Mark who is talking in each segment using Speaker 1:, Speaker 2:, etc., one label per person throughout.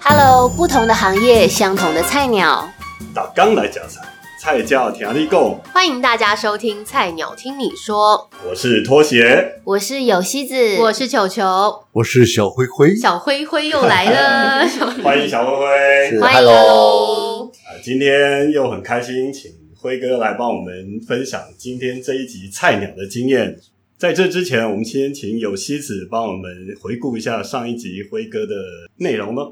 Speaker 1: Hello，不同的行业，相同的菜鸟，
Speaker 2: 打刚来讲菜，菜叫田力够。
Speaker 3: 欢迎大家收听《菜鸟听你说
Speaker 2: 我是拖 鞋，
Speaker 1: 我是有西子》，，
Speaker 3: 我是球球，
Speaker 4: 我是小灰灰，
Speaker 3: 小灰灰又来 了，哦小灰
Speaker 2: 欢迎小灰灰
Speaker 4: 是
Speaker 1: 欢迎
Speaker 4: Hello
Speaker 2: 啊！今天又很开心，请辉哥来帮我们分享今天这一集菜鸟的经验。在这之前，我们先请有希子帮我们回顾一下上一集辉哥的内容呢。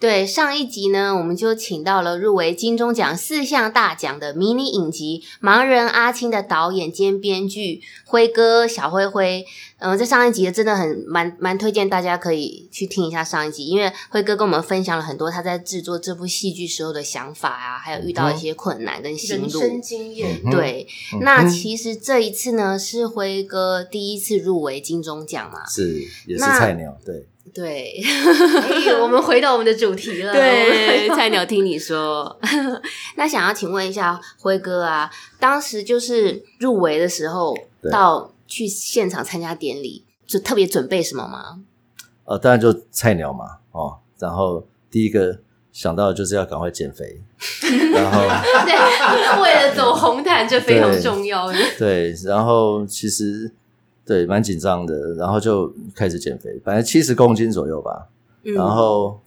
Speaker 1: 对，上一集呢，我们就请到了入围金钟奖四项大奖的迷你影集《盲人阿青》的导演兼编剧辉哥小灰灰。嗯、在上一集真的很蛮蛮推荐大家可以去听一下上一集，因为辉哥跟我们分享了很多他在制作这部戏剧时候的想法啊，还有遇到一些困难跟心
Speaker 3: 人
Speaker 1: 路。
Speaker 3: 生经验，
Speaker 4: 嗯
Speaker 1: 对，
Speaker 4: 嗯
Speaker 1: 那
Speaker 4: 哼
Speaker 1: 其实这一次呢是辉哥第一次入围金钟奖嘛？
Speaker 4: 是也是
Speaker 1: 那
Speaker 4: 菜鸟，对，
Speaker 1: 对，
Speaker 3: 哎我们回到我们的主题了，
Speaker 1: 对，菜鸟听你说。 那想要请问一下辉哥啊，当时就是入围的时候
Speaker 4: 对
Speaker 1: 到去现场参加典礼，就特别准备什么吗？
Speaker 4: 呃，当然就菜鸟嘛，哦，然后第一个想到的就是要赶快 减肥，然后
Speaker 3: 对，为了走红毯，这非常
Speaker 4: 对
Speaker 3: 重要。
Speaker 4: 对，然后其实对蛮紧张的，然后就开始减肥，反正七十公斤左右吧，
Speaker 1: 嗯，
Speaker 4: 然后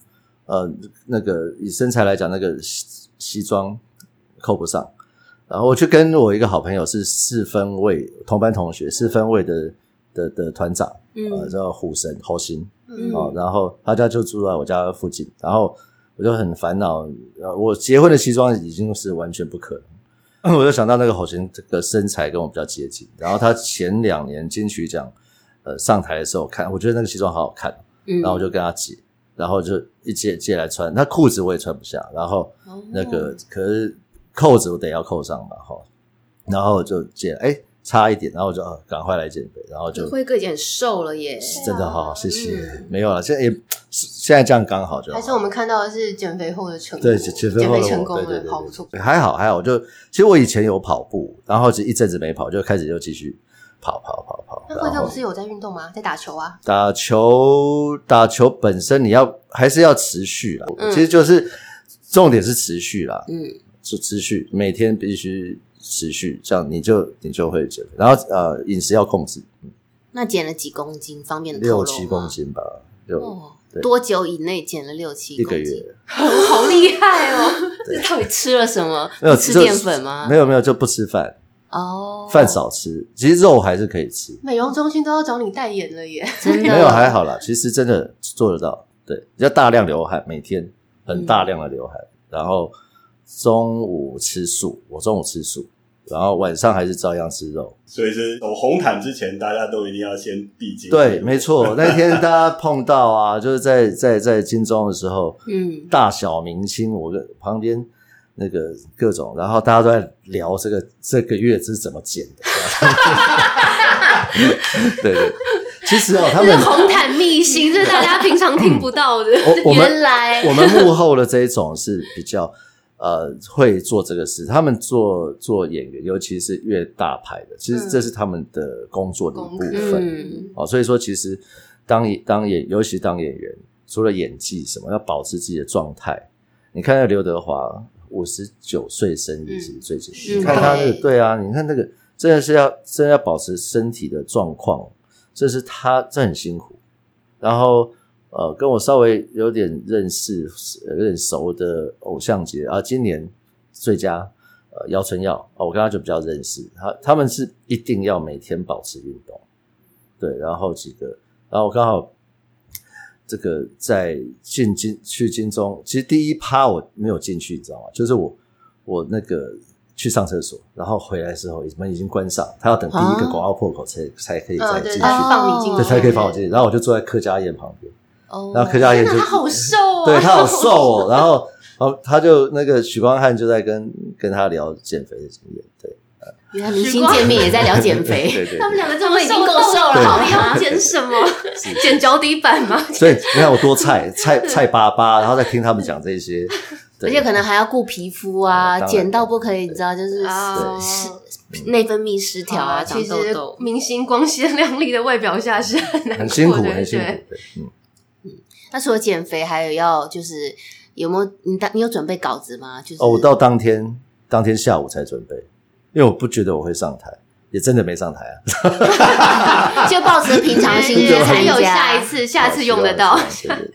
Speaker 4: 呃，那个以身材来讲，那个西西装扣不上。然后我去跟我一个好朋友是四分卫同班同学，四分卫的的的团长，呃，
Speaker 1: 嗯
Speaker 4: 叫虎神侯星
Speaker 1: 嗯
Speaker 4: 哦，然后他家就住在我家附近，然后我就很烦恼，呃，我结婚的西装已经是完全不可能。 我就想到那个侯星这个身材跟我比较接近，然后他前两年金曲奖呃上台的时候我看，我觉得那个西装好好看，
Speaker 1: 嗯，
Speaker 4: 然后我就跟他借，然后就一借借来穿，那裤子我也穿不下，然后
Speaker 1: 哦
Speaker 4: 那个、可是扣子我得要扣上嘛哈，然后我就借，哎，差一点，然后我就、啊、赶快来减肥，然后就
Speaker 1: 辉哥已经很瘦了耶，
Speaker 3: 啊
Speaker 4: 是真的好，谢谢
Speaker 1: 嗯。
Speaker 4: 没有了，现在也现在这样刚好就好
Speaker 3: 还是我们看到的是减肥后的成果，
Speaker 4: 对减
Speaker 3: 减
Speaker 4: 肥后的我
Speaker 3: 成功
Speaker 4: 对对
Speaker 3: 了，
Speaker 4: 对
Speaker 3: 跑不出。
Speaker 4: 对还好还好。就其实我以前有跑步，然后只一阵子没跑，就开始又继续跑跑跑跑。
Speaker 3: 那辉
Speaker 4: 然
Speaker 3: 哥
Speaker 4: 后
Speaker 3: 不是有在运动吗？在打球 啊？
Speaker 4: 打球打球本身你要还是要持续啦，
Speaker 1: 嗯
Speaker 4: 其实就是重点是持续啦，
Speaker 1: 嗯
Speaker 4: 是持续每天必须持续，这样你就你就会减肥。然后呃，饮食要控制，
Speaker 1: 那减了几公斤？方便透露
Speaker 4: 六
Speaker 1: 吗
Speaker 4: 七公斤吧，就、
Speaker 1: 哦
Speaker 4: 对，
Speaker 1: 多久以内减了六七
Speaker 4: 一
Speaker 1: 公
Speaker 4: 个
Speaker 1: 斤？
Speaker 4: 月。
Speaker 1: 好厉害哦！这 到底吃了什么？
Speaker 4: 没有
Speaker 1: 吃
Speaker 4: 就
Speaker 1: 淀粉吗？
Speaker 4: 没有没有，就不吃饭。
Speaker 1: 哦，
Speaker 4: 饭少吃，其实肉还是可以吃，
Speaker 3: 美容中心都要找你代言了耶！
Speaker 1: 真的
Speaker 4: 没有还好啦。其实真的做得到，对，要大量流汗，每天很大量的流汗，
Speaker 1: 嗯
Speaker 4: 然后中午吃素，我中午吃素，然后晚上还是照样吃肉。
Speaker 2: 所以是走红毯之前，大家都一定要先必经。
Speaker 4: 对，没错， 那天大家碰到啊，就是在在在金钟的时候，
Speaker 1: 嗯
Speaker 4: 大小明星，我的旁边。那个各种，然后大家都在聊这个这个月是怎么减的， 对对，其实哦，他
Speaker 3: 这
Speaker 4: 们
Speaker 3: 是红毯秘辛，这是大家平常听不到的。
Speaker 4: 我我们
Speaker 3: 原来
Speaker 4: 我们幕后的这一种是比较呃会做这个事，他们做做演员，尤其是越大牌的，其
Speaker 3: 嗯
Speaker 4: 实这是他们的工作的一部分、
Speaker 1: 嗯
Speaker 4: 哦。所以说，其实当演当演，尤其当演员，除了演技什么，要保持自己的状态。你看那刘德华五十九岁生日，其实最近、
Speaker 3: 是
Speaker 4: 你看他那个
Speaker 1: 对
Speaker 4: 对啊，你看那个真的是要真的要保持身体的状况，这是他这很辛苦。然后呃，跟我稍微有点认识、呃有点熟的偶像节啊，今年最佳呃姚春耀啊，我跟他就比较认识，他他们是一定要每天保持运动，对，然后几个，然后我刚好。这个在进金去金钟，其实第一趴我没有进去，你知道吗？就是我我那个去上厕所，然后回来的时候门已经关上，他要等第一个
Speaker 1: 啊
Speaker 4: 广告破口才、才可以
Speaker 3: 嗯
Speaker 4: 再
Speaker 3: 对
Speaker 4: 进去。
Speaker 3: 对放你进去，
Speaker 4: 对，才可以放我进去。然后我就坐在客家宴旁边，
Speaker 1: 哦
Speaker 4: 然后客家宴就
Speaker 3: 天哪他好瘦哦，
Speaker 4: 对他好瘦哦。然后，然后他就那个许光汉就在跟跟他聊减肥的经验，对，
Speaker 1: 原来明星见面也在聊减肥，
Speaker 4: 对对
Speaker 3: 他们
Speaker 4: 对。
Speaker 3: 两个这么
Speaker 1: 已经够瘦了
Speaker 4: 对
Speaker 3: 好要减什么？减脚底板吗？
Speaker 4: 所以你看我多菜菜菜巴巴，然后再听他们讲这些，
Speaker 1: 而
Speaker 4: 对
Speaker 1: 且可能还要顾皮肤啊，
Speaker 4: 当然嗯
Speaker 1: 减到不可以，你知道，就是
Speaker 3: 啊
Speaker 1: 是内分泌失调啊，
Speaker 3: 哦其
Speaker 1: 长痘
Speaker 3: 实
Speaker 1: 痘。
Speaker 3: 明星光鲜亮丽的外表下是很难
Speaker 4: 很辛苦，
Speaker 3: 过的
Speaker 4: 很辛苦。
Speaker 3: 对
Speaker 4: 对，嗯，
Speaker 1: 那除了减肥，还有要就是有没有你当你有准备稿子吗？就是
Speaker 4: 哦，我到当天当天下午才准备，因为我不觉得我会上台，也真的没上台啊。
Speaker 1: 就保持平常心
Speaker 3: 对
Speaker 1: 去
Speaker 3: 对对还
Speaker 1: 参
Speaker 3: 有
Speaker 1: 加
Speaker 3: 下一次， 下次用得到
Speaker 4: 好。希望是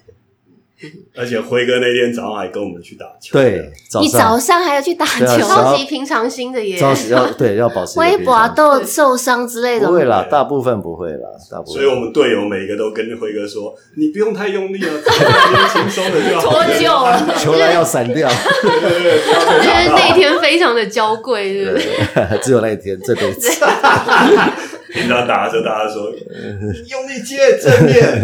Speaker 4: 对
Speaker 2: 而且辉哥那天早上还跟我们去打球，
Speaker 4: 对，对，早
Speaker 1: 你早
Speaker 4: 上
Speaker 1: 上还要去打球，
Speaker 4: 对啊早
Speaker 3: 超级平常心的耶，
Speaker 4: 早上要对要保持一个
Speaker 1: 微
Speaker 4: 平
Speaker 1: 博
Speaker 4: 常心
Speaker 1: 都受伤之类的
Speaker 4: 不
Speaker 1: 吗
Speaker 4: 会啦，大部分不会啦，大部分。
Speaker 2: 所以我们队友每一个都跟辉哥说：“你不用太用力了，轻松的就好。”
Speaker 3: 脱臼了。
Speaker 4: 球来要闪 掉，
Speaker 2: 对对对，不要
Speaker 3: 我
Speaker 2: 被
Speaker 3: 觉
Speaker 2: 打
Speaker 3: 得
Speaker 2: 到
Speaker 3: 那一天非常的娇贵，对不对？
Speaker 4: 只有那一天，这 辈子。
Speaker 2: 平常打的时候，大家说
Speaker 4: 嗯
Speaker 2: 你用力接正面，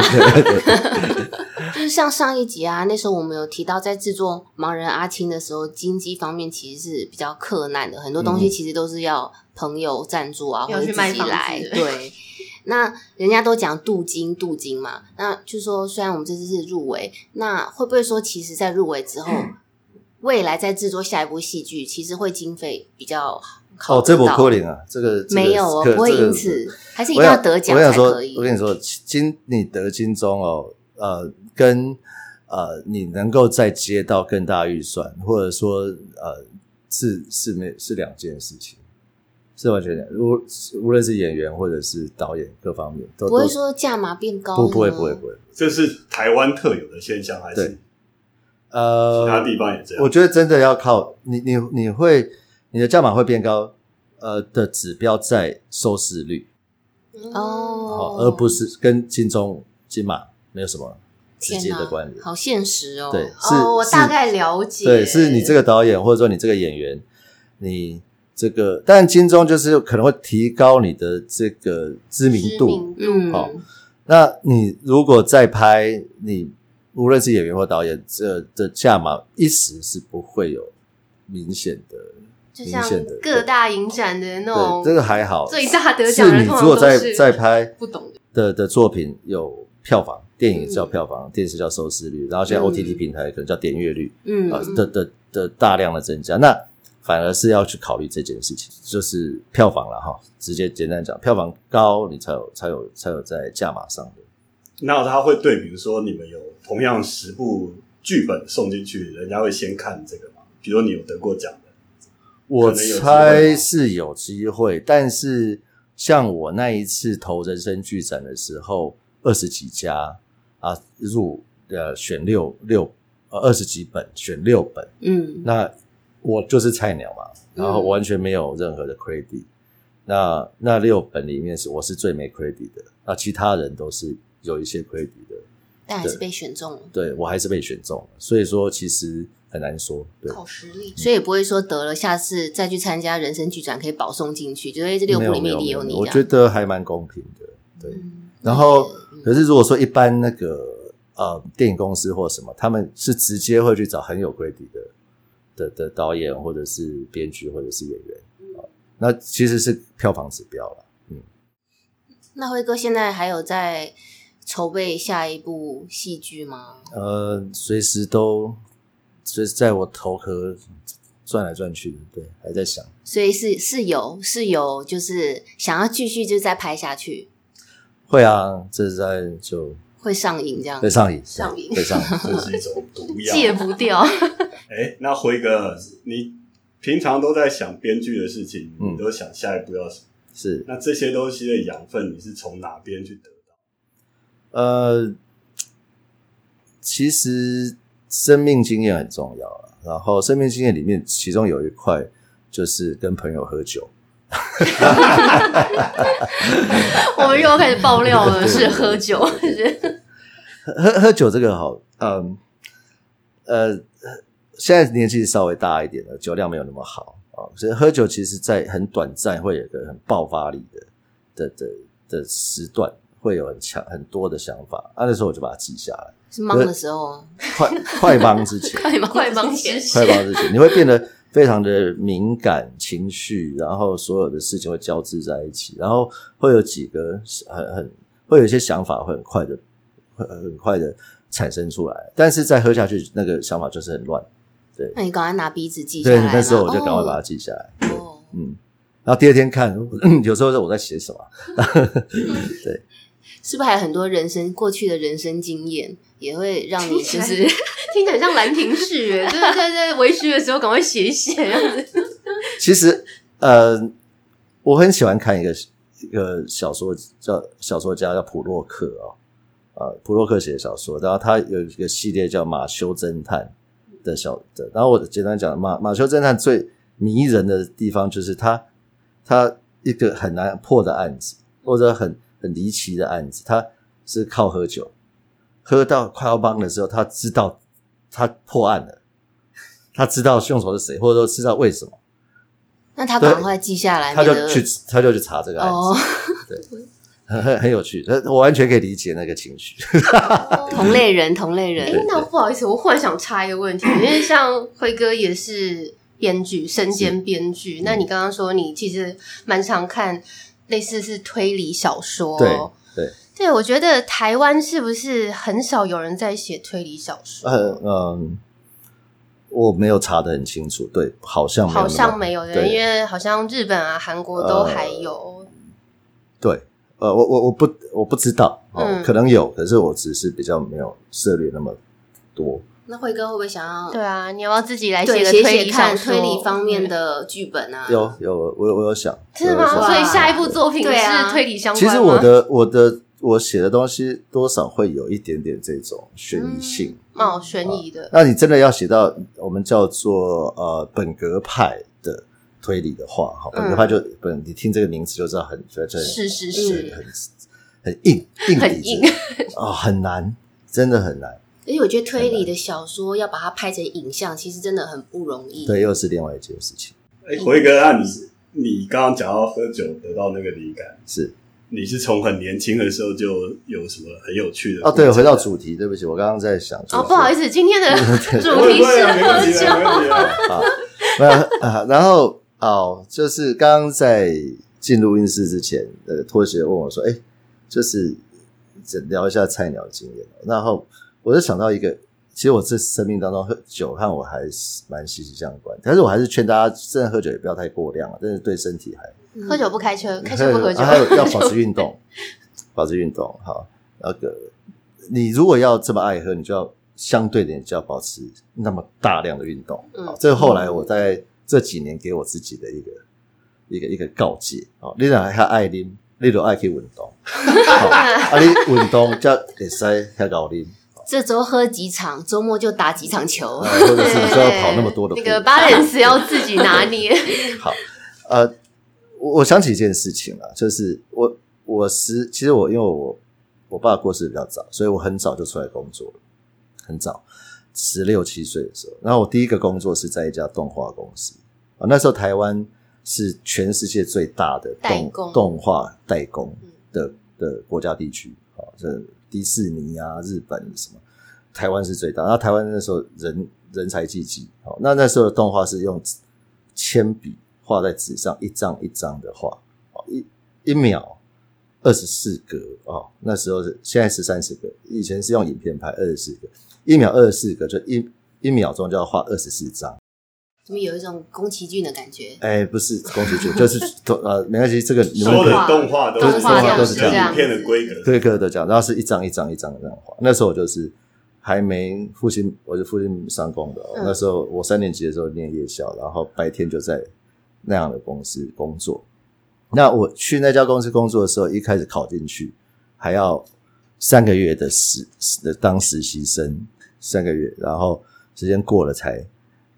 Speaker 1: 就是像上一集啊，那时候我们有提到，在制作《盲人阿青》的时候，经济方面其实是比较克难的，很多东西
Speaker 4: 嗯
Speaker 1: 其实都是要朋友赞助啊，或
Speaker 3: 要
Speaker 1: 者
Speaker 3: 去
Speaker 1: 自
Speaker 3: 卖
Speaker 1: 己
Speaker 3: 房子
Speaker 1: 来。对，那人家都讲镀金，镀金嘛，那就说虽然我们这次是入围，那会不会说，其实，在入围之后，
Speaker 4: 嗯
Speaker 1: 未来在制作下一部戏剧，其实会经费比较考
Speaker 4: 哦，这
Speaker 1: 不
Speaker 4: 不
Speaker 1: 到
Speaker 4: 扣零啊，这个这个
Speaker 1: 没有哦，
Speaker 4: 这个
Speaker 1: 不会
Speaker 4: 这个
Speaker 1: 因此，还是一
Speaker 4: 我
Speaker 1: 定要
Speaker 4: 想
Speaker 1: 得奖
Speaker 4: 我
Speaker 1: 才
Speaker 4: 想说
Speaker 1: 可以，。
Speaker 4: 我跟你说，金你得金钟哦，呃，跟呃，你能够再接到更大预算，或者说呃，是是没是两件事情，是完全两，无无论是演员或者是导演各方面，都
Speaker 1: 不会
Speaker 4: 都
Speaker 1: 说嗯价码变高，
Speaker 4: 不不会不会不会，
Speaker 2: 这是台湾特有的现象，还
Speaker 4: 对
Speaker 2: 是
Speaker 4: 呃，
Speaker 2: 其他地方也这样？
Speaker 4: 我觉得真的要靠你，你你会你的价码会变高，呃的指标在收视率，
Speaker 1: 哦
Speaker 4: 好，，哦而不是跟金钟金马没有什么直
Speaker 1: 天
Speaker 4: 接的
Speaker 1: 呐，
Speaker 4: 关联。
Speaker 1: 好现实哦。
Speaker 4: 对，是、
Speaker 3: 哦，我
Speaker 4: 是
Speaker 3: 大概了解。
Speaker 4: 对，是你这个导演或者说你这个演员，你这个，但金钟就是可能会提高你的这个知名
Speaker 3: 知
Speaker 4: 度。
Speaker 3: 名
Speaker 1: 嗯，
Speaker 4: 好那你如果再拍，你无论是演员或导演，这的价码一时是不会有明显的。
Speaker 3: 就像
Speaker 4: 明显的
Speaker 3: 各大影展的那种，
Speaker 4: 对，这个还好。
Speaker 3: 最大得奖
Speaker 4: 是
Speaker 3: 的
Speaker 4: 你
Speaker 3: 通
Speaker 4: 如
Speaker 3: 常
Speaker 4: 果
Speaker 3: 都
Speaker 4: 在
Speaker 3: 是
Speaker 4: 在拍
Speaker 3: 不懂的。
Speaker 4: 的的作品有票房，电影叫
Speaker 1: 嗯
Speaker 4: 票房，电视叫收视率，然后现在
Speaker 1: 嗯
Speaker 4: OTT 平台可能叫点阅率
Speaker 1: 嗯
Speaker 4: 啊、的的的大量的增加，那反而是要去考虑这件事情，就是票房了哈。直接简单讲，票房高你才有才有才有在价码上的。
Speaker 2: 那他会对，比如说你们有同样十部剧本送进去，人家会先看这个吗？比如你有得过奖的，
Speaker 4: 我
Speaker 2: 可能有机会
Speaker 4: 猜
Speaker 2: 吗
Speaker 4: 是有机会，但是像我那一次投人生剧展的时候，二十几家啊入呃选六六呃二十几本选六本，
Speaker 1: 嗯
Speaker 4: 那我就是菜鸟嘛，
Speaker 1: 嗯
Speaker 4: 然后完全没有任何的 credit。那那六本里面是我是最没 credit 的，那其他人都是有一些 credit 的，
Speaker 1: 但还是被选中了，
Speaker 4: 对嗯我还是被选中了，所以说其实很难说，对，
Speaker 1: 哦
Speaker 3: 靠实力，
Speaker 1: 所以也不会说得了，下次再去参加人生剧展可以保送进去，就是这六
Speaker 4: 没
Speaker 1: 部
Speaker 4: 有
Speaker 1: 里面一
Speaker 4: 没
Speaker 1: 定
Speaker 4: 有没
Speaker 1: 你啊嗯
Speaker 4: 有
Speaker 1: 这
Speaker 4: 我
Speaker 1: 样。
Speaker 4: 觉得还蛮公平的，对。
Speaker 1: 嗯
Speaker 4: 然后，可
Speaker 1: 嗯
Speaker 4: 是如果说一般那个呃电影公司或什么，他们是直接会去找很有规矩的的的导演或者是编剧或者是演员，
Speaker 1: 嗯
Speaker 4: 啊那其实是票房指标了。
Speaker 1: 那辉哥现在还有在筹备下一部戏剧吗？
Speaker 4: 呃，随时都，随时在我头壳转来转去的，对，还在想。
Speaker 1: 所以是是有是有，就是想要继续就再拍下去，
Speaker 4: 会啊，这是在就
Speaker 1: 会上瘾这样
Speaker 4: 会。上瘾，
Speaker 3: 上瘾
Speaker 4: 会 上瘾。
Speaker 2: 这是一种毒药。
Speaker 3: 戒不掉。
Speaker 2: 哎，那辉哥，你平常都在想编剧的事情，
Speaker 4: 嗯
Speaker 2: 你都想下一步要什么？
Speaker 4: 是
Speaker 2: 那这些东西的养分，你是从哪边去得到？
Speaker 4: 呃，其实生命经验很重要啊。然后生命经验里面，其中有一块就是跟朋友喝酒，
Speaker 3: 我们又开始爆料了，
Speaker 4: 对对
Speaker 3: 是
Speaker 4: 对
Speaker 3: 喝酒，是
Speaker 4: 喝喝酒这个好，嗯，呃，现在年纪稍微大一点了，酒量没有那么好啊、哦所以喝酒其实在很短暂会有一个很爆发力的的的的时段，会有很强很多的想法。啊，那时候我就把它记下来，
Speaker 1: 是忙的时候，
Speaker 4: 快快帮 之前，
Speaker 3: 快忙快忙之
Speaker 4: 快
Speaker 3: 前，
Speaker 4: 帮之前，你会变得非常的敏感情绪，然后所有的事情会交织在一起，然后会有几个很很会有一些想法会很快的会很快的产生出来，但是再喝下去，那个想法就是很乱。
Speaker 1: 那你赶快拿鼻子记下
Speaker 4: 对，
Speaker 1: 来嘛。
Speaker 4: 那时候我就赶快把它
Speaker 1: 哦
Speaker 4: 记下来。
Speaker 1: 哦
Speaker 4: 嗯，然后第二天看， 有时候我在写什么，啊
Speaker 1: 是不是还有很多人生过去的人生经验，也会让你就
Speaker 3: 听起
Speaker 1: 是
Speaker 3: 来听起来像兰亭序耶，就是在在为师的时候赶快写一写这样 子。
Speaker 4: 其实，呃，我很喜欢看一个一个小说叫小说家叫普洛克哦，啊，普洛克写的小说，然后他有一个系列叫《马修侦探》的小的，然后我简单讲，马马修侦探最迷人的地方就是他他一个很难破的案子，或者很很离奇的案子，他是靠喝酒，喝到快要帮的时候，他知道他破案了。他知道凶手是谁，或者说知道为什么，
Speaker 1: 那他赶快记下来，
Speaker 4: 他
Speaker 1: 免
Speaker 4: 就
Speaker 1: 得
Speaker 4: 去他就去查这个案
Speaker 1: 哦
Speaker 4: 子，，很很很有趣，呃我完全可以理解那个情绪。 哦
Speaker 1: 同类人，同类
Speaker 3: 哎、
Speaker 1: 人，
Speaker 3: 那不好意思，我忽然想插一个问题，因为像辉哥也是编剧，身兼编剧。那你
Speaker 4: 嗯
Speaker 3: 刚刚说你其实蛮常看类似是推理小说，
Speaker 4: 对对，
Speaker 3: 对我觉得台湾是不是很少有人在写推理小说？
Speaker 4: 呃嗯，我没有查的很清楚，对，好像没有那
Speaker 3: 好
Speaker 4: 么
Speaker 3: 像没有人，
Speaker 4: 对哦
Speaker 3: 因为好像日本啊、韩国都还有。
Speaker 4: 对，呃，我我我不我不知道哦，
Speaker 3: 嗯
Speaker 4: 可能有，可是我只是比较没有涉猎那么多。
Speaker 1: 那辉哥会不会想要
Speaker 3: 对啊，你要不要自己来
Speaker 1: 对
Speaker 3: 个
Speaker 1: 写
Speaker 3: 推
Speaker 1: 写
Speaker 3: 理小
Speaker 1: 看
Speaker 3: 说？
Speaker 1: 推理方面
Speaker 3: 嗯，
Speaker 1: 的剧本啊？
Speaker 4: 有有，我有我有想，
Speaker 3: 是
Speaker 4: 我有
Speaker 3: 吗？
Speaker 4: 想
Speaker 1: 哇
Speaker 3: 所以下一部作品
Speaker 1: 对啊
Speaker 3: 是推理相关
Speaker 4: 其
Speaker 3: 吗？
Speaker 4: 实我的我的我写的东西多少会有一点点这种悬疑性。
Speaker 3: 哦，悬疑的，
Speaker 4: 那你真的要写到我们叫做呃本格派的推理的话，哈，
Speaker 3: 嗯
Speaker 4: 本格派就、本你听这个名字就知道很就就很
Speaker 3: 是是
Speaker 1: 是
Speaker 4: 很很硬硬
Speaker 3: 很
Speaker 4: 底子
Speaker 3: 硬
Speaker 4: 哦，很难，真的很难。
Speaker 1: 而且我觉得推理的小说要把它拍成影像，其实真的很不容易。
Speaker 4: 对，又是另外一件事 情，
Speaker 2: 哎，辉哥，那你你刚刚讲到喝酒得到那个灵感，
Speaker 4: 是
Speaker 2: 你是从很年轻的时候就有什么很有趣的
Speaker 4: 哦，
Speaker 2: 故事
Speaker 4: 对，回到主题，对不起，我刚刚在想
Speaker 3: 哦，不好意
Speaker 4: 思
Speaker 3: 思，今天的主
Speaker 2: 不会
Speaker 3: 题
Speaker 2: 不会
Speaker 3: 是
Speaker 2: 啊没
Speaker 3: 喝
Speaker 2: 问题啊，没
Speaker 3: 酒。
Speaker 2: 问题 啊。
Speaker 4: 啊，那啊，然后哦，就是刚刚在进录音室之前，呃，拖鞋问我说，哎，就是只聊一下菜鸟经验，然后我就想到一个，其实我这生命当中喝酒和我还是蛮息息相关，但是我还是劝大家，真的喝酒也不要太过量啊，真的对身体还
Speaker 1: 嗯
Speaker 3: 喝酒不开车，开车不喝酒。
Speaker 4: 还有要保持运动，保持运动。好，那个你如果要这么爱喝，你就要相对的，你就要保持那么大量的运动。
Speaker 1: 嗯
Speaker 4: 好，这后来我在这几年给我自己的一个一个一个告诫。好，你若较爱啉，你就爱去运动。 好啊，你运动才会使较搞啉，
Speaker 1: 这周喝几场，周末就打几场球
Speaker 4: 啊。或者
Speaker 3: 对
Speaker 4: 是你就要跑那么多的步。
Speaker 3: 那个 balance 要自己拿捏。
Speaker 4: 呃，我我想起一件事情啊，就是我我十其实我因为我我爸过世比较早，所以我很早就出来工作了，很早十六七岁的时候。然后我第一个工作是在一家动画公司啊，那时候台湾是全世界最大的
Speaker 3: 代
Speaker 4: 动
Speaker 3: 工嗯
Speaker 4: 动画代工的的国家地区啊，这迪士尼啊、日本什么。台湾是最大，然后台湾那时候人人才济济，好，那那时候的动画是用铅笔画在纸上，一张一张的画，哦，一一秒二十四格哦，那时候是现在是三十格，以前是用影片拍二十四格，一秒二十四格，就一一秒钟就要画二十四张。
Speaker 1: 怎么有一种宫崎骏的感觉？
Speaker 4: 哎，不是宫崎骏，就是呃，没关系，这个你
Speaker 2: 所
Speaker 4: 们
Speaker 2: 有
Speaker 4: 可以
Speaker 2: 的动画都
Speaker 4: 动画都是这样
Speaker 2: 影片的规格。
Speaker 4: 对各个都讲，然后是一张一张一张的这样画。那时候我就是还没复兴，我是复兴商工的哦、
Speaker 3: 嗯
Speaker 4: 那时候我三年级的时候念夜校，然后白天就在那样的公司工作。那我去那家公司工作的时候，一开始考进去还要三个月的实的当实习生，三个月，然后时间过了才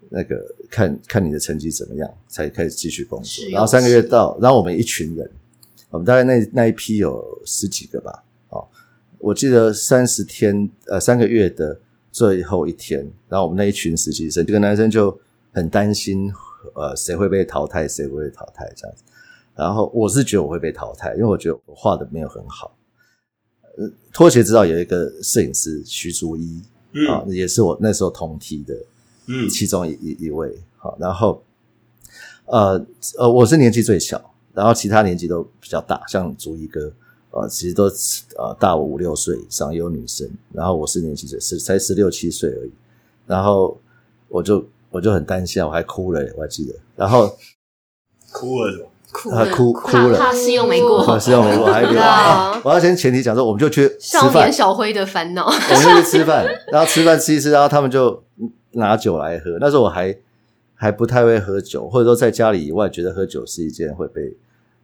Speaker 4: 那个看看你的成绩怎么样，才开始继续工
Speaker 1: 试
Speaker 4: 作。
Speaker 1: 用
Speaker 4: 然后三个月
Speaker 1: 期
Speaker 4: 到，然后我们一群人，我们大概那那一批有十几个吧，哦，我记得三十天呃三个月的最后一天，然后我们那一群实习生，这个男生就很担心，呃，谁会被淘汰，谁不会被淘汰这样子。然后我是觉得我会被淘汰，因为我觉得我画的没有很好。呃，拖鞋指导有一个摄影师徐竹一啊、
Speaker 2: 嗯
Speaker 4: 也是我那时候同梯的
Speaker 2: 嗯
Speaker 4: 其中一一一位。好，然后呃呃，我是年纪最小，然后其他年纪都比较大，像竹一哥。呃，其实都呃大我五六岁以上，也有女生。然后我是年纪最十才十六七岁而已，然后我就我就很担心啊，我还哭了，我还记得。然后
Speaker 2: 哭了什么？
Speaker 1: 哭
Speaker 4: 他
Speaker 1: 了，
Speaker 4: 啊哭哭了
Speaker 1: 怕试用没过，
Speaker 4: 啊，是让我我还有
Speaker 3: 对啊
Speaker 4: 我要先前提讲说，我们就去吃
Speaker 3: 少
Speaker 4: 饭
Speaker 3: 年，小辉的烦恼，
Speaker 4: 我们就去吃饭， 然后吃饭吃一吃，然后他们就拿酒来喝。那时候我还还不太会喝酒，或者说在家里以外，觉得喝酒是一件会被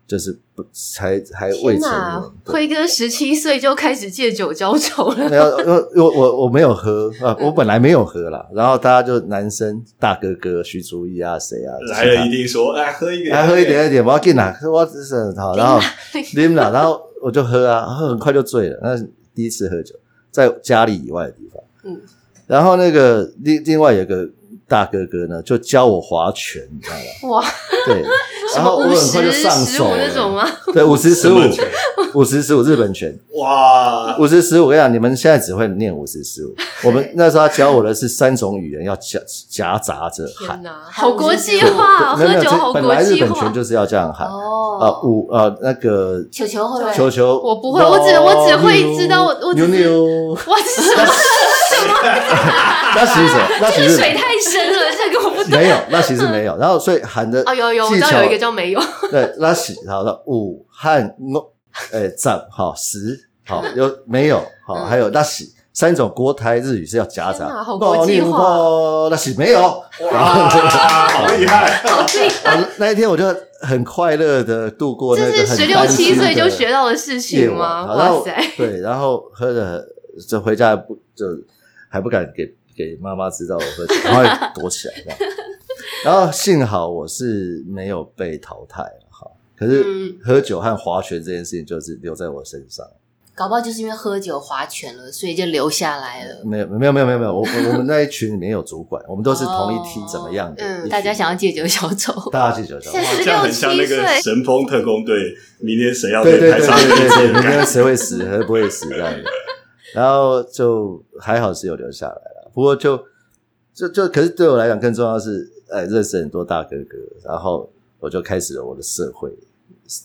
Speaker 4: 就是不才还未
Speaker 3: 天
Speaker 4: 成
Speaker 3: 哪
Speaker 4: 年。！对
Speaker 3: 辉哥十七岁就开始借酒浇愁了，
Speaker 4: 然后呃我我我没有喝啊，我本来没有喝啦。然后大家就男生大哥哥徐竹义啊，谁啊
Speaker 2: 来了一定说，哎，喝一 点，
Speaker 4: 还喝一点，一点，我要进啦，我只是 好，然后啉啦，然后我就喝啊，喝很快就醉了。那是第一次喝酒，在家里以外的地方。
Speaker 3: 嗯，
Speaker 4: 然后那个另另外有个大哥哥呢，就教我划拳，你知道 吗？
Speaker 3: 哇，
Speaker 4: 对，
Speaker 3: 什
Speaker 4: 然
Speaker 3: 么
Speaker 4: 后我
Speaker 3: 五
Speaker 4: 很快就
Speaker 3: 十、
Speaker 4: 上
Speaker 3: 十
Speaker 4: 手
Speaker 3: 五
Speaker 4: 了
Speaker 3: 那种吗？
Speaker 4: 对，五十十
Speaker 2: 什
Speaker 4: 五
Speaker 2: 么拳，
Speaker 4: 五十十五日本拳，
Speaker 3: 啊
Speaker 2: 哇，
Speaker 4: 五十十五。我跟你讲，你们现在只会念五十十五。我们那时候他教我的是三种语言要夹夹杂着喊
Speaker 3: 天。哪，好国际化，
Speaker 4: 对没有
Speaker 3: 喝
Speaker 4: 没有
Speaker 3: 酒好
Speaker 4: 这本
Speaker 3: 国
Speaker 4: 来日
Speaker 3: 际
Speaker 4: 本
Speaker 3: 化
Speaker 4: 拳。就是要这样喊。啊，
Speaker 1: 哦，
Speaker 4: 五啊，那个
Speaker 1: 球球会不会
Speaker 4: 球球，
Speaker 3: 我不会我只我只会知道我我只
Speaker 4: 牛
Speaker 3: 是
Speaker 4: 牛，
Speaker 3: 哇，这是什么？
Speaker 4: 那其实什么？那其
Speaker 3: 这
Speaker 4: 实
Speaker 3: 个水太深了，这个我 不懂。
Speaker 4: 没有，那其实没有。然后所以喊的
Speaker 3: 哦，有有，我
Speaker 4: 技
Speaker 3: 知道
Speaker 4: 巧
Speaker 3: 有一个叫没有，
Speaker 4: 对，那是好了，五和诺，哎，赞好十好有没有好，还有那是三种国台日语是要夹
Speaker 3: 天
Speaker 4: 杂
Speaker 3: 哪，好国际化
Speaker 4: 哦，那是没有。
Speaker 2: 哇，好厉害，
Speaker 3: 好厉害！
Speaker 4: 啊那一天我就很快乐的度过
Speaker 3: 这
Speaker 4: 那个
Speaker 3: 是
Speaker 4: 很
Speaker 3: 十六
Speaker 4: 单
Speaker 3: 七
Speaker 4: 纯
Speaker 3: 岁就
Speaker 4: 的
Speaker 3: 学到的事
Speaker 4: 夜
Speaker 3: 情
Speaker 4: 晚
Speaker 3: 吗？
Speaker 4: 好然
Speaker 3: 哇
Speaker 4: 后
Speaker 3: 塞，
Speaker 4: 对，然后喝的就回家不就还不敢给给妈妈知道我喝酒，然后也躲起来这样。然后幸好我是没有被淘汰哈，可是
Speaker 1: 嗯
Speaker 4: 喝酒和划拳这件事情就是留在我身上，
Speaker 1: 搞不好就是因为喝酒划拳了，所以就留下来了。
Speaker 4: 没有没有没有没有没有，我我我们那一群里面有主管，我们都是同一批
Speaker 1: 哦
Speaker 4: 怎么样的
Speaker 3: 嗯
Speaker 4: 一群，
Speaker 1: 大家想要借酒消 愁，
Speaker 4: 大家记 酒
Speaker 3: 现在
Speaker 2: 这样很像那个
Speaker 3: 16-17岁
Speaker 2: 神风特工队，明天谁要
Speaker 4: 对对
Speaker 2: 被
Speaker 4: 对
Speaker 2: 派
Speaker 4: 对
Speaker 2: 上日
Speaker 4: 对对，
Speaker 2: 记
Speaker 4: 明天谁会死，谁不会死这样子。然后就还好是有留下来了，不过就就就可是对我来讲更重要的是，哎，认识很多大哥哥，然后我就开始了我的社会，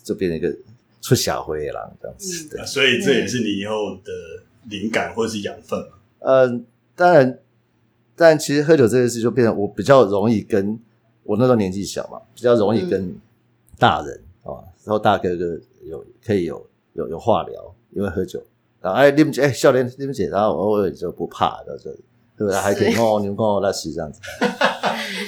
Speaker 4: 就变成一个出小灰狼这样子。对，
Speaker 2: 啊所以这也是你以后的灵感或是养分嘛。
Speaker 4: 嗯、当然，但其实喝酒这件事就变成我比较容易跟我那时候年纪小嘛，比较容易跟大人啊、哦，然后大哥哥有可以有有有话聊，因为喝酒，然后哎你们姐哎笑脸你们姐，然后偶尔就不怕，然后就对不对？还可以哦，你们跟我那是这样子，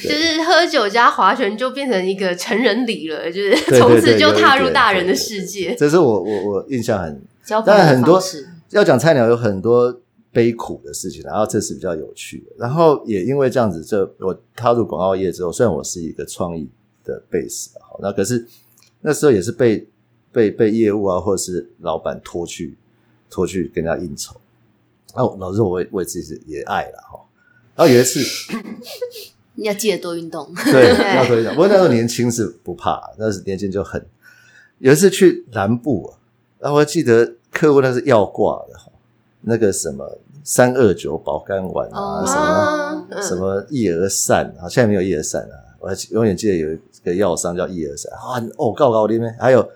Speaker 3: 就是喝酒加划拳就变成一个成人礼了，就是
Speaker 4: 对
Speaker 3: 从
Speaker 4: 对
Speaker 3: 此
Speaker 4: 对
Speaker 3: 就
Speaker 4: 有一
Speaker 3: 踏
Speaker 4: 点
Speaker 3: 入大
Speaker 4: 对
Speaker 3: 人的
Speaker 4: 对
Speaker 3: 世 界。
Speaker 4: 这是我我我印象很
Speaker 1: 交朋友
Speaker 4: 但
Speaker 1: 的
Speaker 4: 很多
Speaker 1: 方式
Speaker 4: 要讲菜鸟有很多悲苦的事情，然后这是比较有趣的。然后也因为这样子，这我踏入广告业之后，虽然我是一个创意的 base，好，那可是那时候也是被被被业务啊，或者是老板拖去拖去跟人家应酬。那我老师，我也我也自己也爱了哈。然后有一次，
Speaker 1: 要记得多运动。
Speaker 4: 对，要多一点。不过那时候年轻是不怕，那时年轻就很。有一次去南部啊，然后我记得客户那是药挂的哈，那个什么三二九保肝丸啊，
Speaker 1: 哦
Speaker 4: 什么
Speaker 3: 啊嗯
Speaker 4: 什么益儿散啊，现在没有益儿散啊，我还记永远记得有一个药商叫益儿散啊，哦，告告里面还有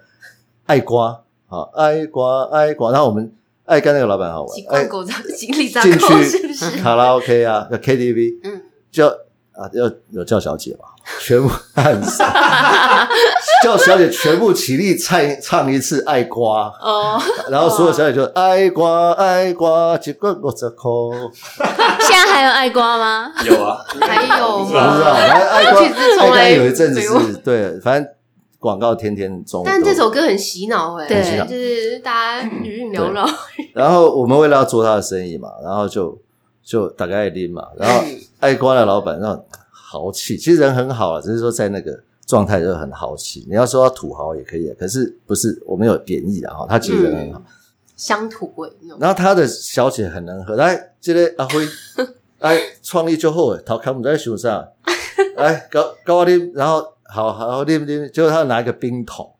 Speaker 4: 爱瓜啊，爱瓜爱瓜，然后我们爱干那个老板好玩
Speaker 3: 几，罐
Speaker 4: 哎，
Speaker 3: 狗杂几里杂
Speaker 4: 进
Speaker 3: 狗是不是
Speaker 4: 去？卡拉 OK 啊有，KTV，
Speaker 1: 嗯，
Speaker 4: 叫啊要有叫小姐嘛，全部按手， 叫小姐全部起立唱唱一次《爱瓜
Speaker 3: 哦，》，
Speaker 4: 然后所有小姐就《爱瓜爱瓜》，结果我折扣，
Speaker 1: 现在还有爱瓜吗？
Speaker 2: 有啊，
Speaker 3: 还有
Speaker 4: 我不知道，
Speaker 3: 吗？
Speaker 4: 然后爱瓜
Speaker 3: 曲子从
Speaker 4: 爱瓜
Speaker 3: 来
Speaker 4: 有一阵子
Speaker 3: 没有
Speaker 4: 是对，反正广告天天中午都有，
Speaker 3: 但这首歌很洗脑哎，
Speaker 1: 对很洗脑
Speaker 3: 就是大
Speaker 4: 嗯
Speaker 3: 家余韵缭绕。
Speaker 4: 然后我们为了要做他的生意嘛，然后就就大概拎嘛，然后爱瓜的老板那种豪气，其实人很好啊，只是说在那个状态就很豪气。你要说他土豪也可以啊，可是不是我没有贬义啊哈，他其实人很好。
Speaker 3: 乡土味那种。
Speaker 4: 然后他的小姐很能喝，来，这个阿辉，来创立就好诶，头壳唔知在想啥，来搞搞我啉，然后好好啉啉，结果他拿一个冰桶，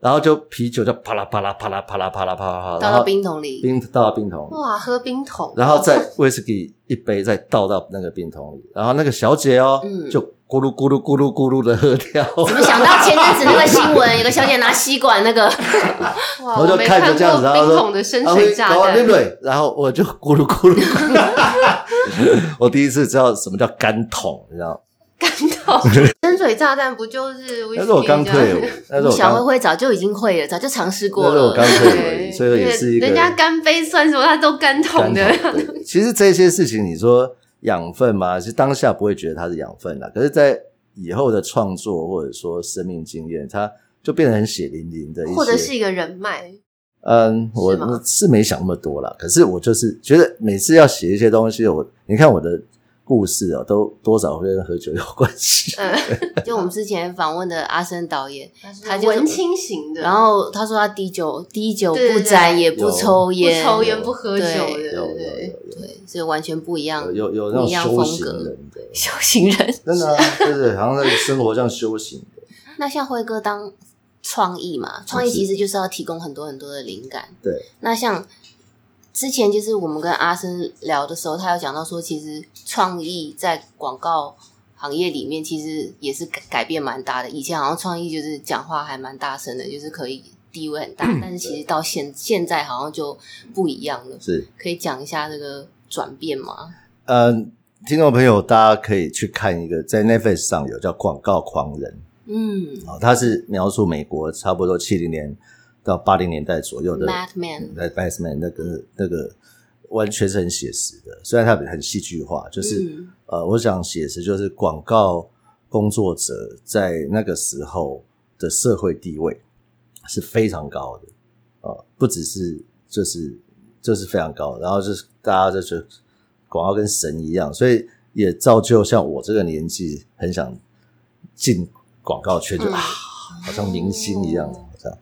Speaker 4: 然后就啤酒就啪啦啪啦啪啦啪啦啪啦啪啦啪啦，
Speaker 1: 倒
Speaker 4: 然
Speaker 1: 到
Speaker 4: 后
Speaker 1: 冰桶里，
Speaker 4: 冰倒到冰桶里，
Speaker 3: 哇，喝冰桶，
Speaker 4: 然后再威士忌一杯再倒到那个冰桶里，然后那个小姐哦，
Speaker 1: 嗯
Speaker 4: 就咕噜咕噜咕噜咕噜的喝掉，
Speaker 3: 哦
Speaker 1: 怎么想到前阵子那个新闻，有个小姐拿吸管那个，
Speaker 3: 哇，
Speaker 4: 我就
Speaker 3: 没
Speaker 4: 看
Speaker 3: 看
Speaker 4: 着这样子，
Speaker 3: 过
Speaker 4: 然后
Speaker 3: 冰
Speaker 4: 说
Speaker 3: 桶的深
Speaker 4: 啊
Speaker 3: 水
Speaker 4: 会
Speaker 3: 炸
Speaker 4: 搞啊对
Speaker 3: 弹
Speaker 4: 不，对？然后我就 咕噜咕噜咕噜，我第一次知道什么叫干桶，你知道？
Speaker 3: 干到深水炸弹不就是威士忌这样？
Speaker 4: 那是我刚退伍， 那是我
Speaker 1: 小灰
Speaker 4: 刚，
Speaker 1: 灰早就已经会了，早就尝试过
Speaker 4: 那是我
Speaker 1: 了
Speaker 4: 刚。退伍而
Speaker 3: 对，
Speaker 4: 已，所以也是一个
Speaker 3: 人家干杯算什么？他都干桶的，
Speaker 4: 传统 对其实这些事情，你说养分嘛，其实当下不会觉得它是养分啦，可是，在以后的创作或者说生命经验，它就变得很血淋淋的一 些。
Speaker 3: 或者是一个人脉。
Speaker 4: 嗯，我
Speaker 3: 是吗
Speaker 4: 是没想那么多啦，可是我就是觉得每次要写一些东西，我你看我的故事啊，都多少会跟喝酒有关系。
Speaker 3: 嗯，
Speaker 1: 就我们之前访问的阿森导演，
Speaker 3: 他
Speaker 1: 就是
Speaker 3: 文青型的，
Speaker 1: 然后他说他滴酒滴酒
Speaker 3: 对
Speaker 1: 不
Speaker 3: 对
Speaker 1: 沾，
Speaker 3: 对
Speaker 1: 也不
Speaker 4: 有
Speaker 1: 抽
Speaker 3: 不
Speaker 1: 烟，
Speaker 3: 抽烟不喝酒的，
Speaker 1: 对
Speaker 3: 对
Speaker 4: 有有
Speaker 3: 对对。
Speaker 1: 对，所以完全不一样
Speaker 4: 有，有有那
Speaker 1: 不
Speaker 4: 种
Speaker 1: 一样
Speaker 4: 修
Speaker 1: 风
Speaker 4: 行
Speaker 1: 格。
Speaker 4: 人的，
Speaker 1: 修行人，
Speaker 4: 真的、啊、就是好像在生活上修行的。
Speaker 1: 那像辉哥当创意嘛，创意
Speaker 4: 啊是
Speaker 1: 其实就是要提供很多很多的灵感。
Speaker 4: 对，
Speaker 1: 那像之前就是我们跟阿生聊的时候，他有讲到说，其实创意在广告行业里面其实也是改改变蛮大的。以前好像创意就是讲话还蛮大声的，就是可以地位很 大，但是其实到现现在好像就不一样了。
Speaker 4: 是，
Speaker 1: 可以讲一下这个转变吗？
Speaker 4: 嗯，听众朋友，大家可以去看一个在 Netflix 上有叫《广告狂人》
Speaker 1: 嗯
Speaker 4: 啊、哦，它是描述美国差不多七零年到八零年代左右的
Speaker 1: ，Madman，
Speaker 4: 在 Batman 那个那个完全是很写实的，虽然它很戏剧化，就是、
Speaker 1: 嗯
Speaker 4: 呃，我想写实就是广告工作者在那个时候的社会地位是非常高的，呃，不只是就是就是非常高，然后就是大家就觉得广告跟神一样，所以也造就像我这个年纪很想进广告圈，就、
Speaker 1: 嗯
Speaker 4: 啊，好像明星一样，好像。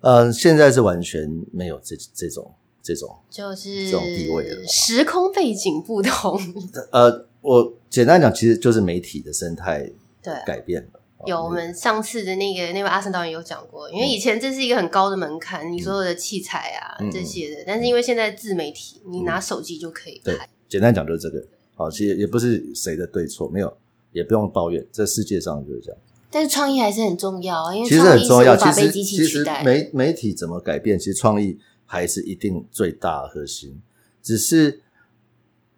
Speaker 4: 嗯，现在是完全没有这这种这种
Speaker 3: 就是
Speaker 4: 这种地位了
Speaker 3: 时空背景不同，
Speaker 4: 呃，我简单讲，其实就是媒体的生态
Speaker 3: 对
Speaker 4: 改变了。哦
Speaker 3: 有我们上次的那个那位阿森导演有讲过，因为以前这是一个很高的门槛，你所有的器材啊、
Speaker 4: 嗯
Speaker 3: 这些的，但是因为现在自媒体，你拿手机就可以
Speaker 4: 对
Speaker 3: 拍，
Speaker 4: 简单讲就是这个。好，其实也不是谁的对错，没有，也不用抱怨。这世界上就是这样，
Speaker 1: 但是创意还是很重要啊，因为
Speaker 4: 其实
Speaker 1: 创
Speaker 4: 很
Speaker 1: 意是
Speaker 4: 重要。
Speaker 1: 无
Speaker 4: 其
Speaker 1: 法被
Speaker 4: 实
Speaker 1: 机
Speaker 4: 其
Speaker 1: 器
Speaker 4: 实
Speaker 1: 取代的。
Speaker 4: 媒媒体怎么改变，其实创意还是一定最大的核心，只是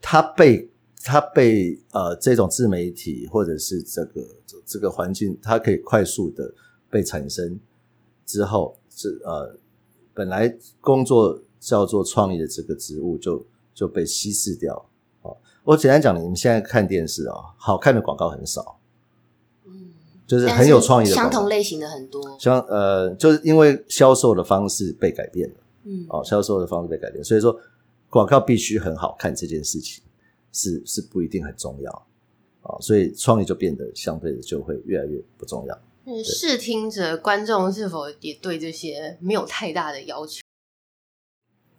Speaker 4: 它被它被呃这种自媒体或者是这个这这个环境，它可以快速的被产生之后，这呃本来工作叫做创意的这个职务就就被稀释掉。哦，我简单讲，你们现在看电视哦，好看的广告很少，
Speaker 1: 嗯
Speaker 4: 就是
Speaker 1: 但
Speaker 4: 很有创意的广
Speaker 1: 相
Speaker 4: 告。
Speaker 1: 同类型的很多。
Speaker 4: 像呃，就是因为销售的方式被改变了
Speaker 1: 嗯，
Speaker 4: 哦，销售的方式被改变，所以说广告必须很好看这件事情是是不一定很重要哦，所以创意就变得相对的就会越来越不重要。
Speaker 3: 嗯视听者、观众是否也对这些没有太大的要求？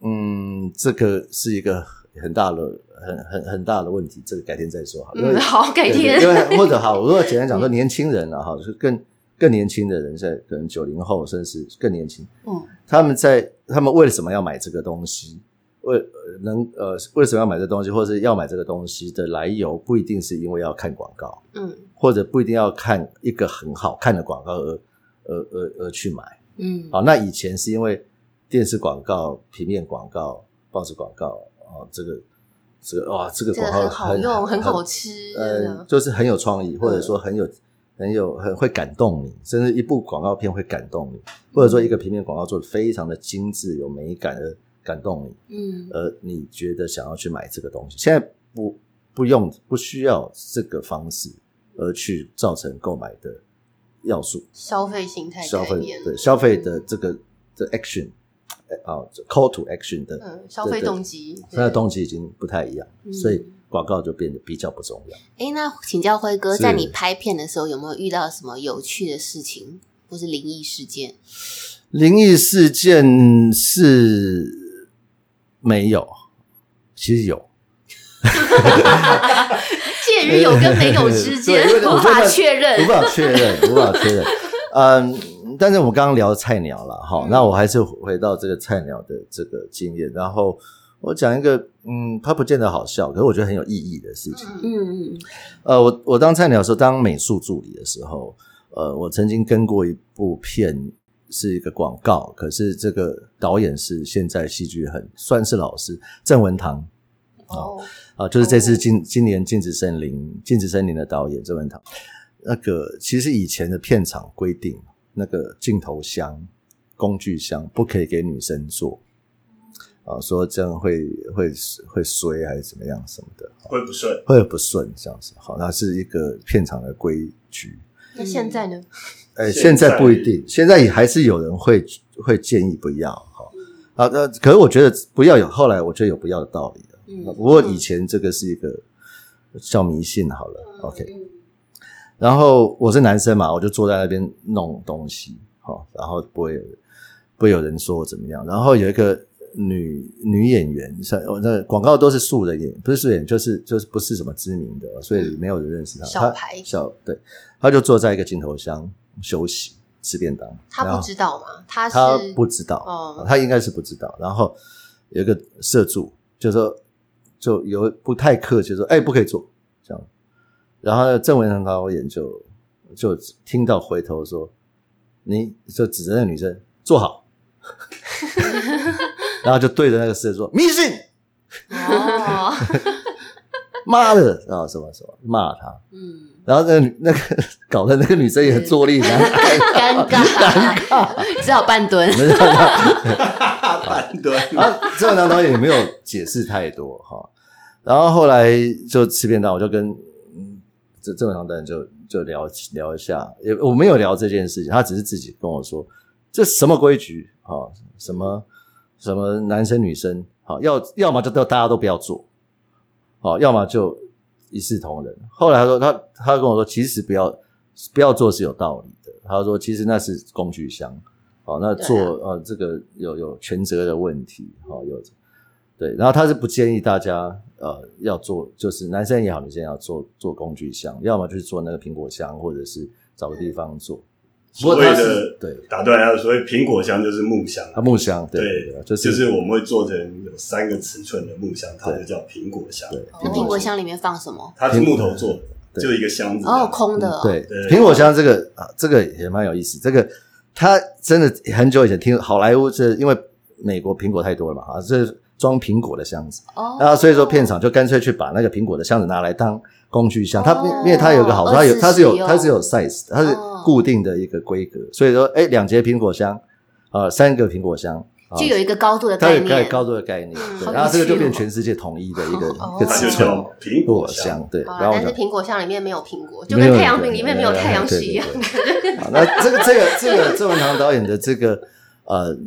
Speaker 4: 嗯，这个是一个很大的、很很很大的问题，这个改天再说好了。因为
Speaker 3: 嗯，好，改
Speaker 4: 对对
Speaker 3: 天。
Speaker 4: 因为或者 好，如果简单讲说，年轻人啊，哈，就是更更年轻的人，现在可能九零后，甚至更年轻，
Speaker 3: 嗯，
Speaker 4: 他们在他们为了什么要买这个东西？为呃能呃为什么要买这东西，或是要买这个东西的来由，不一定是因为要看广告，
Speaker 3: 嗯，
Speaker 4: 或者不一定要看一个很好看的广告而而而而去买。
Speaker 1: 嗯，
Speaker 4: 好，那以前是因为电视广告、平面广告、报纸广告哦，这个这个哇，这个
Speaker 3: 这
Speaker 4: 广
Speaker 3: 个
Speaker 4: 告
Speaker 3: 很好用，很好吃，真
Speaker 4: 呃，
Speaker 3: 的。
Speaker 4: 就是很有创意，或者说很有、很有很会感动你，甚至一部广告片会感动你，或者说一个平面广告做的非常的精致有美感而感动你，
Speaker 1: 嗯，
Speaker 4: 而你觉得想要去买这个东西，现在不不用不需要这个方式而去造成购买的要素，
Speaker 3: 消费形态
Speaker 4: 消
Speaker 3: 改
Speaker 4: 费
Speaker 3: 变了，
Speaker 4: 对消费的这个的 action 呃啊 call to action 的。
Speaker 3: 嗯，消费
Speaker 4: 对对
Speaker 3: 动机，
Speaker 4: 它的
Speaker 3: 对
Speaker 4: 动机已经不太一样，所以
Speaker 1: 嗯
Speaker 4: 广告就变得比较不重要。
Speaker 1: 哎，那请教辉哥，
Speaker 4: 是
Speaker 1: 在你拍片的时候有没有遇到什么有趣的事情，或是灵异事 件？
Speaker 4: 灵异事件是没有，其实有，
Speaker 3: 介于有跟没有之间
Speaker 4: 对因为
Speaker 3: 无
Speaker 4: 我觉
Speaker 3: 法
Speaker 4: 得
Speaker 3: 确认
Speaker 4: 无。法确认，无法确 认。嗯，但是我们刚刚聊菜鸟了哈，
Speaker 1: 嗯
Speaker 4: 那我还是回到这个菜鸟的这个经验，然后我讲一个，嗯，它不见得好笑，可是我觉得很有意义的事情。
Speaker 3: 嗯
Speaker 1: 嗯嗯
Speaker 4: 呃，我我当菜鸟的时候，当美术助理的时候，呃，我曾经跟过一部片，是一个广告，可是这个导演是现在戏剧很算是老师郑文堂，
Speaker 3: 哦，
Speaker 4: 啊，就是这次今今年《禁止森林》《禁止森林》的导演郑文堂，那个其实以前的片场规定，那个镜头箱、工具箱不可以给女生做，啊，说这样会会会衰还是怎么样什么的，
Speaker 2: 会不 顺。
Speaker 4: 会不顺这样子。好，那是一个片场的规矩。
Speaker 3: 那现在呢？
Speaker 4: 哎，
Speaker 2: 现
Speaker 4: 现
Speaker 2: 在
Speaker 4: 在不一定，现在也还是有人会会建议不要哈。啊，那可是我觉得不要有，后来我觉得有不要的道理了。啊
Speaker 1: 嗯
Speaker 4: 不过以前这个是一个叫迷信好了、o k
Speaker 1: 嗯
Speaker 4: 然后我是男生嘛，我就坐在那边弄东西，好、然后不会不会有人说我怎么样。然后有一个女女演员，像我那个广告都是素人演，不是素人，就是就是不是什么知名的，所以没有人认识她。
Speaker 3: 小
Speaker 4: 她
Speaker 3: 牌
Speaker 4: 小对，她就坐在一个镜头箱休息吃便当，
Speaker 3: 他
Speaker 4: 然
Speaker 3: 不
Speaker 4: 后
Speaker 3: 知道吗？他是
Speaker 4: 他不知道，
Speaker 3: 哦
Speaker 4: 他应该是不知道。然后有一个社助就说，就有不太客气说，哎、不可以做这样。然后郑文堂导演就就听到回头说，你就指着那个女生 坐好， 然后就对着那个社助说迷信，
Speaker 3: 哦，
Speaker 4: 妈的啊什么什么骂他。
Speaker 1: 嗯，
Speaker 4: 然后那个那个搞得那个女生也坐立 难安，
Speaker 1: 尴 尬，只好半蹲。
Speaker 2: 半蹲，
Speaker 4: 然后郑文堂导演也没有解释太多哈。然后后来就吃便当，我就跟嗯郑郑文堂导演就就聊聊一下，也我没有聊这件事情，他只是自己跟我说这什么规矩啊、哦什么什么男生女生好、哦要要么就都大家都不要做，好、哦要么就一视同仁。后来他说他他跟我说，其实不要不要做是有道理的。他说其实那是工具箱，好、那做
Speaker 3: 对
Speaker 4: 呃这个有有权责的问题，好、有对，然后他是不建议大家呃要做，就是男生也好，女生也好做做工具箱，要么就是做那个苹果箱，或者是找个地方做。不
Speaker 2: 所
Speaker 4: 过
Speaker 2: 谓
Speaker 4: 他是
Speaker 2: 的
Speaker 4: 对
Speaker 2: 打断一下，所谓苹果箱就是木箱啊
Speaker 4: 啊，木箱，对
Speaker 2: 对
Speaker 4: 对，
Speaker 2: 就
Speaker 4: 就是
Speaker 2: 我们会做成有三个尺寸的木箱，它就叫苹果箱。
Speaker 4: 对
Speaker 1: 那苹果箱里面放什么？
Speaker 2: 它是木头做的，
Speaker 4: 对
Speaker 2: 就一个箱子。
Speaker 1: 哦，空的、哦。
Speaker 4: 嗯对
Speaker 2: 对，
Speaker 4: 苹果箱这个啊，这个也蛮有意思。这个他真的很久以前听好莱坞这，因为美国苹果太多了嘛啊，这是装苹果的箱子
Speaker 1: 哦，
Speaker 4: 啊，所以说片场就干脆去把那个苹果的箱子拿来当工具箱。它
Speaker 1: 哦
Speaker 4: 因为它有一个好处，它有
Speaker 1: 二次
Speaker 4: 它是有
Speaker 1: 使用
Speaker 4: 它是有 size，的它是
Speaker 1: 哦
Speaker 4: 固定的一个规格，所以说哎，两节苹果箱啊，三个苹果箱
Speaker 3: 哦
Speaker 4: 啊
Speaker 1: 就有一个高度的
Speaker 4: 它
Speaker 1: 概
Speaker 4: 有概
Speaker 1: 念。
Speaker 4: 高度的概念，对，
Speaker 1: 好
Speaker 4: 然后这个就
Speaker 1: 有趣哦
Speaker 4: 变全世界统一的一个
Speaker 3: 哦
Speaker 4: 一个
Speaker 2: 它
Speaker 4: 尺
Speaker 2: 就
Speaker 4: 寸
Speaker 2: 叫苹
Speaker 4: 苹果
Speaker 2: 果箱。
Speaker 4: 箱，对，
Speaker 3: 好
Speaker 1: 啊
Speaker 3: 啦
Speaker 4: 然后我
Speaker 3: 但
Speaker 4: 们
Speaker 3: 是苹果箱里面没有苹果，就
Speaker 4: 没
Speaker 3: 跟
Speaker 4: 有
Speaker 3: 太阳
Speaker 4: 对
Speaker 3: 饼里面没有
Speaker 4: 对
Speaker 3: 太阳
Speaker 4: 对
Speaker 3: 是一
Speaker 4: 对
Speaker 3: 样
Speaker 4: 对 好，那这个这个这个郑文堂导演的这个呃，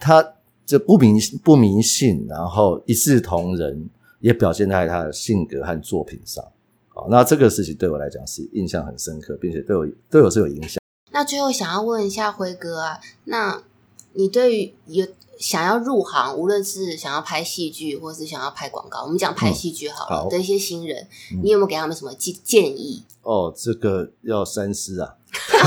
Speaker 4: 他这不迷不迷信，然后一视同仁，也表现在他的性格和作品上。好，那这个事情对我来讲是印象很深刻，并且对我对我是有影响。
Speaker 1: 那最后想要问一下辉哥啊，那你对于有想要入行，无论是想要拍戏剧，或是想要拍广告，我们讲拍戏剧好
Speaker 4: 嗯
Speaker 1: 了
Speaker 4: 好
Speaker 1: 的一些新人，
Speaker 4: 嗯
Speaker 1: 你有没有给他们什么建建议？
Speaker 4: 哦，这个要三思啊！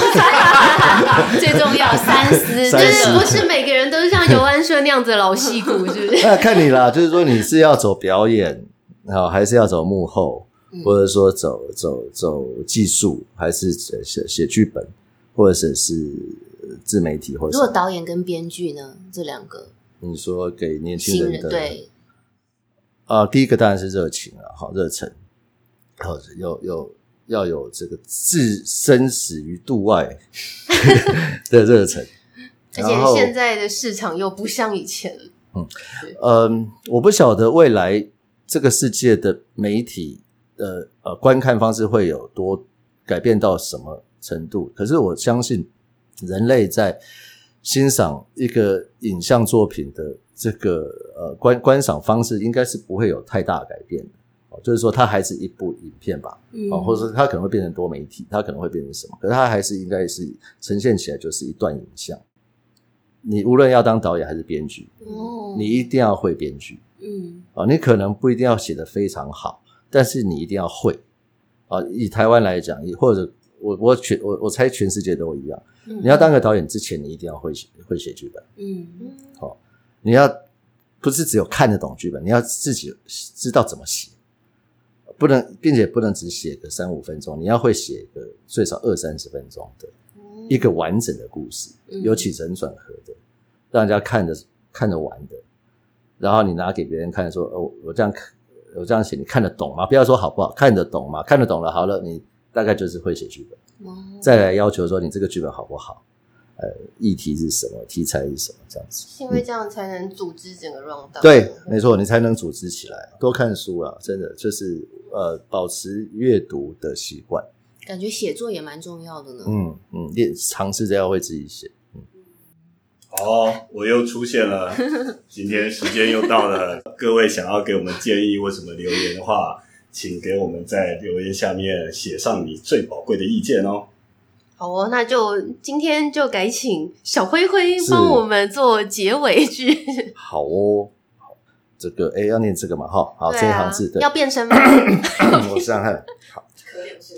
Speaker 1: 最重 要三思，
Speaker 4: 三
Speaker 1: 哎就是
Speaker 4: 思
Speaker 3: 就是不是每个人都是像尤安顺那样子的老戏骨，是不是？
Speaker 4: 那看你啦，就是说你是要走表演，好，还是要走幕后，
Speaker 1: 嗯
Speaker 4: 或者说走走走技术，还是写写写剧本，或者是呃自媒体，或
Speaker 1: 如
Speaker 4: 者什
Speaker 1: 果
Speaker 4: 么
Speaker 1: 导演跟编剧呢，这两个
Speaker 4: 你说给年轻
Speaker 1: 新
Speaker 4: 人的
Speaker 1: 对，
Speaker 4: 啊、第一个当然是热情了，好热忱，好有有要有这个置身死于度外 的 热忱。
Speaker 3: 而
Speaker 4: 然后
Speaker 3: 且现在的市场又不像以前了，
Speaker 4: 嗯，我不晓得未来这个世界的媒体的呃观看方式会有多改变到什么程度，可是我相信人类在欣赏一个影像作品的这个呃观观赏方式，应该是不会有太大改变的。哦就是说，它还是一部影片吧，
Speaker 1: 嗯
Speaker 4: 哦，或者是它可能会变成多媒体，它可能会变成什么？可是它还是应该是呈现起来就是一段影像。你无论要当导演还是编剧，
Speaker 1: 哦
Speaker 4: 你一定要会编剧
Speaker 1: 嗯
Speaker 4: 啊，你可能不一定要写得非常好，但是你一定要会啊。以台湾来讲，以或者我我全我我猜全世界都一样，
Speaker 1: 嗯
Speaker 4: 你要当个导演之前，你一定要会写会写剧本，
Speaker 1: 嗯
Speaker 4: 你要不是只有看得懂剧本，你要自己知道怎么写。不能，并且不能只写个三五分钟，你要会写个最少二三十分钟的一个完整的故事，
Speaker 1: 嗯
Speaker 4: 有起承转合的，让人家看着看着玩的，然后你拿给别人看说，哦，我这样看我这样写，你看得懂吗？不要说好不好，看得懂吗？看得懂了，好了，你大概就是会写剧本。再来要求说你这个剧本好不好，呃，议题是什么，题材是什么，这样子。
Speaker 3: 是因为这样才能组织整个 round down。
Speaker 4: 对，没错，你才能组织起来。多看书啦，真的就是呃，保持阅读的习惯。
Speaker 1: 感觉写作也蛮重要的呢。
Speaker 4: 嗯嗯，练尝试着要会自己写。
Speaker 2: 哦，我又出现了。今天时间又到了，各位想要给我们建议或什么留言的话，请给我们在留言下面写上你最宝贵的意见哦。
Speaker 3: 好哦，那就今天就改请小灰灰
Speaker 4: 是
Speaker 3: 帮我们做结尾句。
Speaker 4: 好哦，好，这个哎要念这个嘛哈，好、
Speaker 3: 对
Speaker 4: 这一
Speaker 3: 啊
Speaker 4: 行字
Speaker 1: 嗯
Speaker 4: 对
Speaker 3: 要，变身吗？
Speaker 4: 我想想看，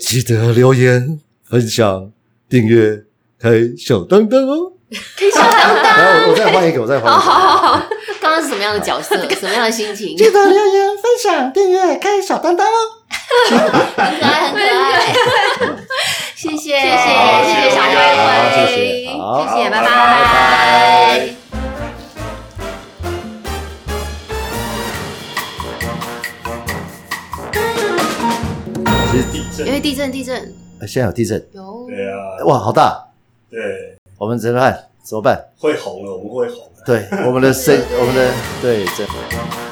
Speaker 4: 记得留言、分享、订阅、开小灯灯哦。
Speaker 3: 可以想当当。
Speaker 4: 然后我我再换一个，我再换
Speaker 3: 好
Speaker 4: 一
Speaker 3: 哦好
Speaker 4: 个。
Speaker 3: 好好，
Speaker 1: 刚刚是什么样的角 色，什么样的心情？
Speaker 4: 记得留言、分享、订阅、开小灯灯哦。
Speaker 1: 很可爱，很可爱。谢谢，谢谢，
Speaker 2: 好
Speaker 1: 谢谢小
Speaker 2: 谢
Speaker 1: 灰
Speaker 2: 谢
Speaker 1: 灰
Speaker 4: 好，谢谢，好。
Speaker 3: 谢谢，拜
Speaker 2: 拜
Speaker 3: 拜。
Speaker 2: 地震
Speaker 1: 因，
Speaker 3: 嗯
Speaker 1: 为地震，地震
Speaker 4: 呃现在有地震，哎
Speaker 3: 有
Speaker 2: 对啊，
Speaker 4: 哇，好大！
Speaker 2: 对，
Speaker 4: 我们怎么办？怎么办？
Speaker 2: 会红了，我们会红的。
Speaker 4: 对，我们的声
Speaker 3: 对对，对
Speaker 4: 我们的对，这。
Speaker 2: 好，